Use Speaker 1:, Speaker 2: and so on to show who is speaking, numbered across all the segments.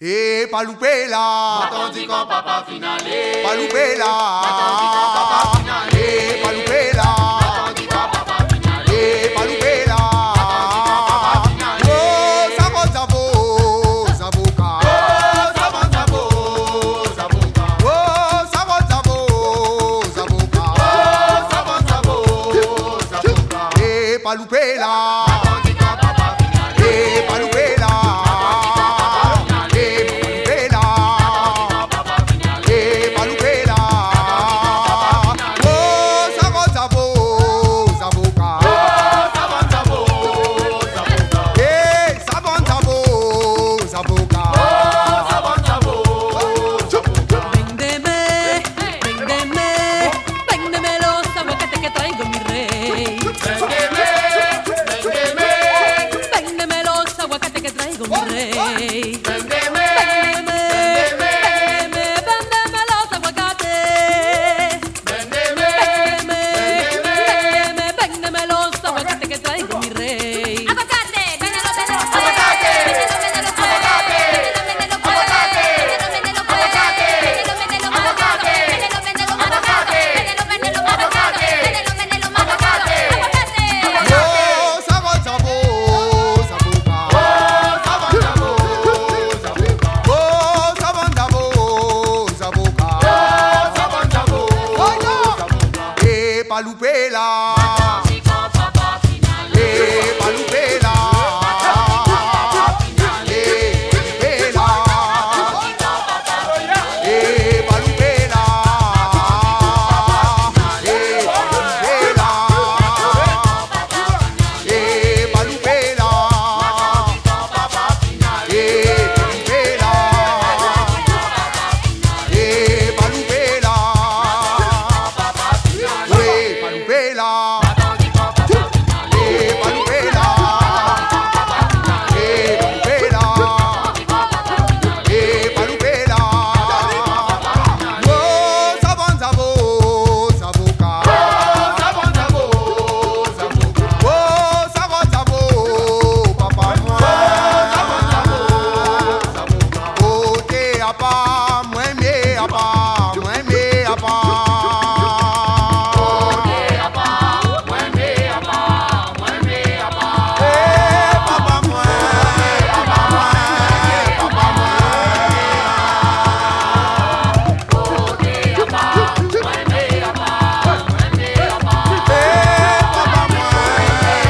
Speaker 1: Et Eh, pas louper là,
Speaker 2: Attendez quand papa finalé.
Speaker 1: pas louper
Speaker 2: Attendez quand
Speaker 1: là,
Speaker 2: papa finalé.
Speaker 1: et pas louper là.
Speaker 2: Attendez quand papa finalé.
Speaker 1: Et pas louper là. Oh, ça va, ça va, oh, ça va,
Speaker 2: Oh, ça va, ça va, oh, ça va,
Speaker 1: oh, ça va, ça va, oh, ça va,
Speaker 2: oh, ça va, ça va, oh, ça va.
Speaker 1: et pas louper là.
Speaker 2: Attendez quand papa finalé.
Speaker 1: Et pas louper là. Et pas louper là.
Speaker 2: Papa finalé.
Speaker 1: Et pas louper là. Oh, ça va, ça va, oh, ça va,
Speaker 2: Oh, ça va, ça va, oh, ça va.
Speaker 1: Eh, ça va, ça va, oh, ça
Speaker 2: Oh, ça
Speaker 1: va.
Speaker 2: va, ça va, oh, ça va.
Speaker 3: Véndeme, véndeme, véndeme los aguacates que traigo mi rey.
Speaker 2: Véndeme, véndeme,
Speaker 3: Véndeme los aguacates que traigo mi rey.
Speaker 2: véndeme,
Speaker 3: Véndeme, véndeme, véndeme los aguacates.
Speaker 2: véndeme,
Speaker 3: Véndeme, véndeme, véndeme los aguacates que traigo mi rey.
Speaker 4: Aguacate, véndelo, véndelo, pues.
Speaker 2: Aguacate.
Speaker 4: Véndelo, véndelo, pues.
Speaker 2: Aguacate.
Speaker 4: Véndelo,
Speaker 2: Aguacate.
Speaker 4: véndelo, pues.
Speaker 2: Aguacate. Aguacate.
Speaker 4: Véndelo, véndelo, pues. Véndelo, véndelo, pues. Véndelo, véndelo, pues.
Speaker 2: Aguacate.
Speaker 4: Véndelo, véndelo,
Speaker 2: Aguacate.
Speaker 4: pues. Véndelo, véndelo, pues.
Speaker 2: Aguacate.
Speaker 4: Aguacate.
Speaker 1: Oh, ça va, ça va, oh, ça va.
Speaker 2: oh, ça va, ça va, oh, ça va. Oh, ça
Speaker 1: Oh, ça va, ça va, oh, ça va.
Speaker 2: va, ça va, oh, ça va.
Speaker 1: Eh, pas louper là. Eh, pas louper là. Eh, pas louper là. Eh, pas louper là. Eh, pas louper là. Eh, pas louper là. Et palupé là, et palupé là, oui palupé là, et palupé là, et palupé là, et palupé là, oh ça va ça va, oh ça va,
Speaker 2: Oh, ça va, ça va, oh, ça va.
Speaker 1: oh ça va ça va, oh papa moi. Ote apa, mwen me apa, mwen me apa. Eh, papa mwen, papa mwen, papa mwen. Eh, papa mwen, papa mwen,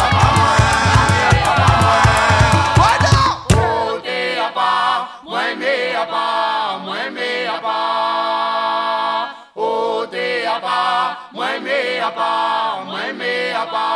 Speaker 1: papa mwen, papa mwen. Wada!
Speaker 2: Moi, mais à part, moi, mais à part.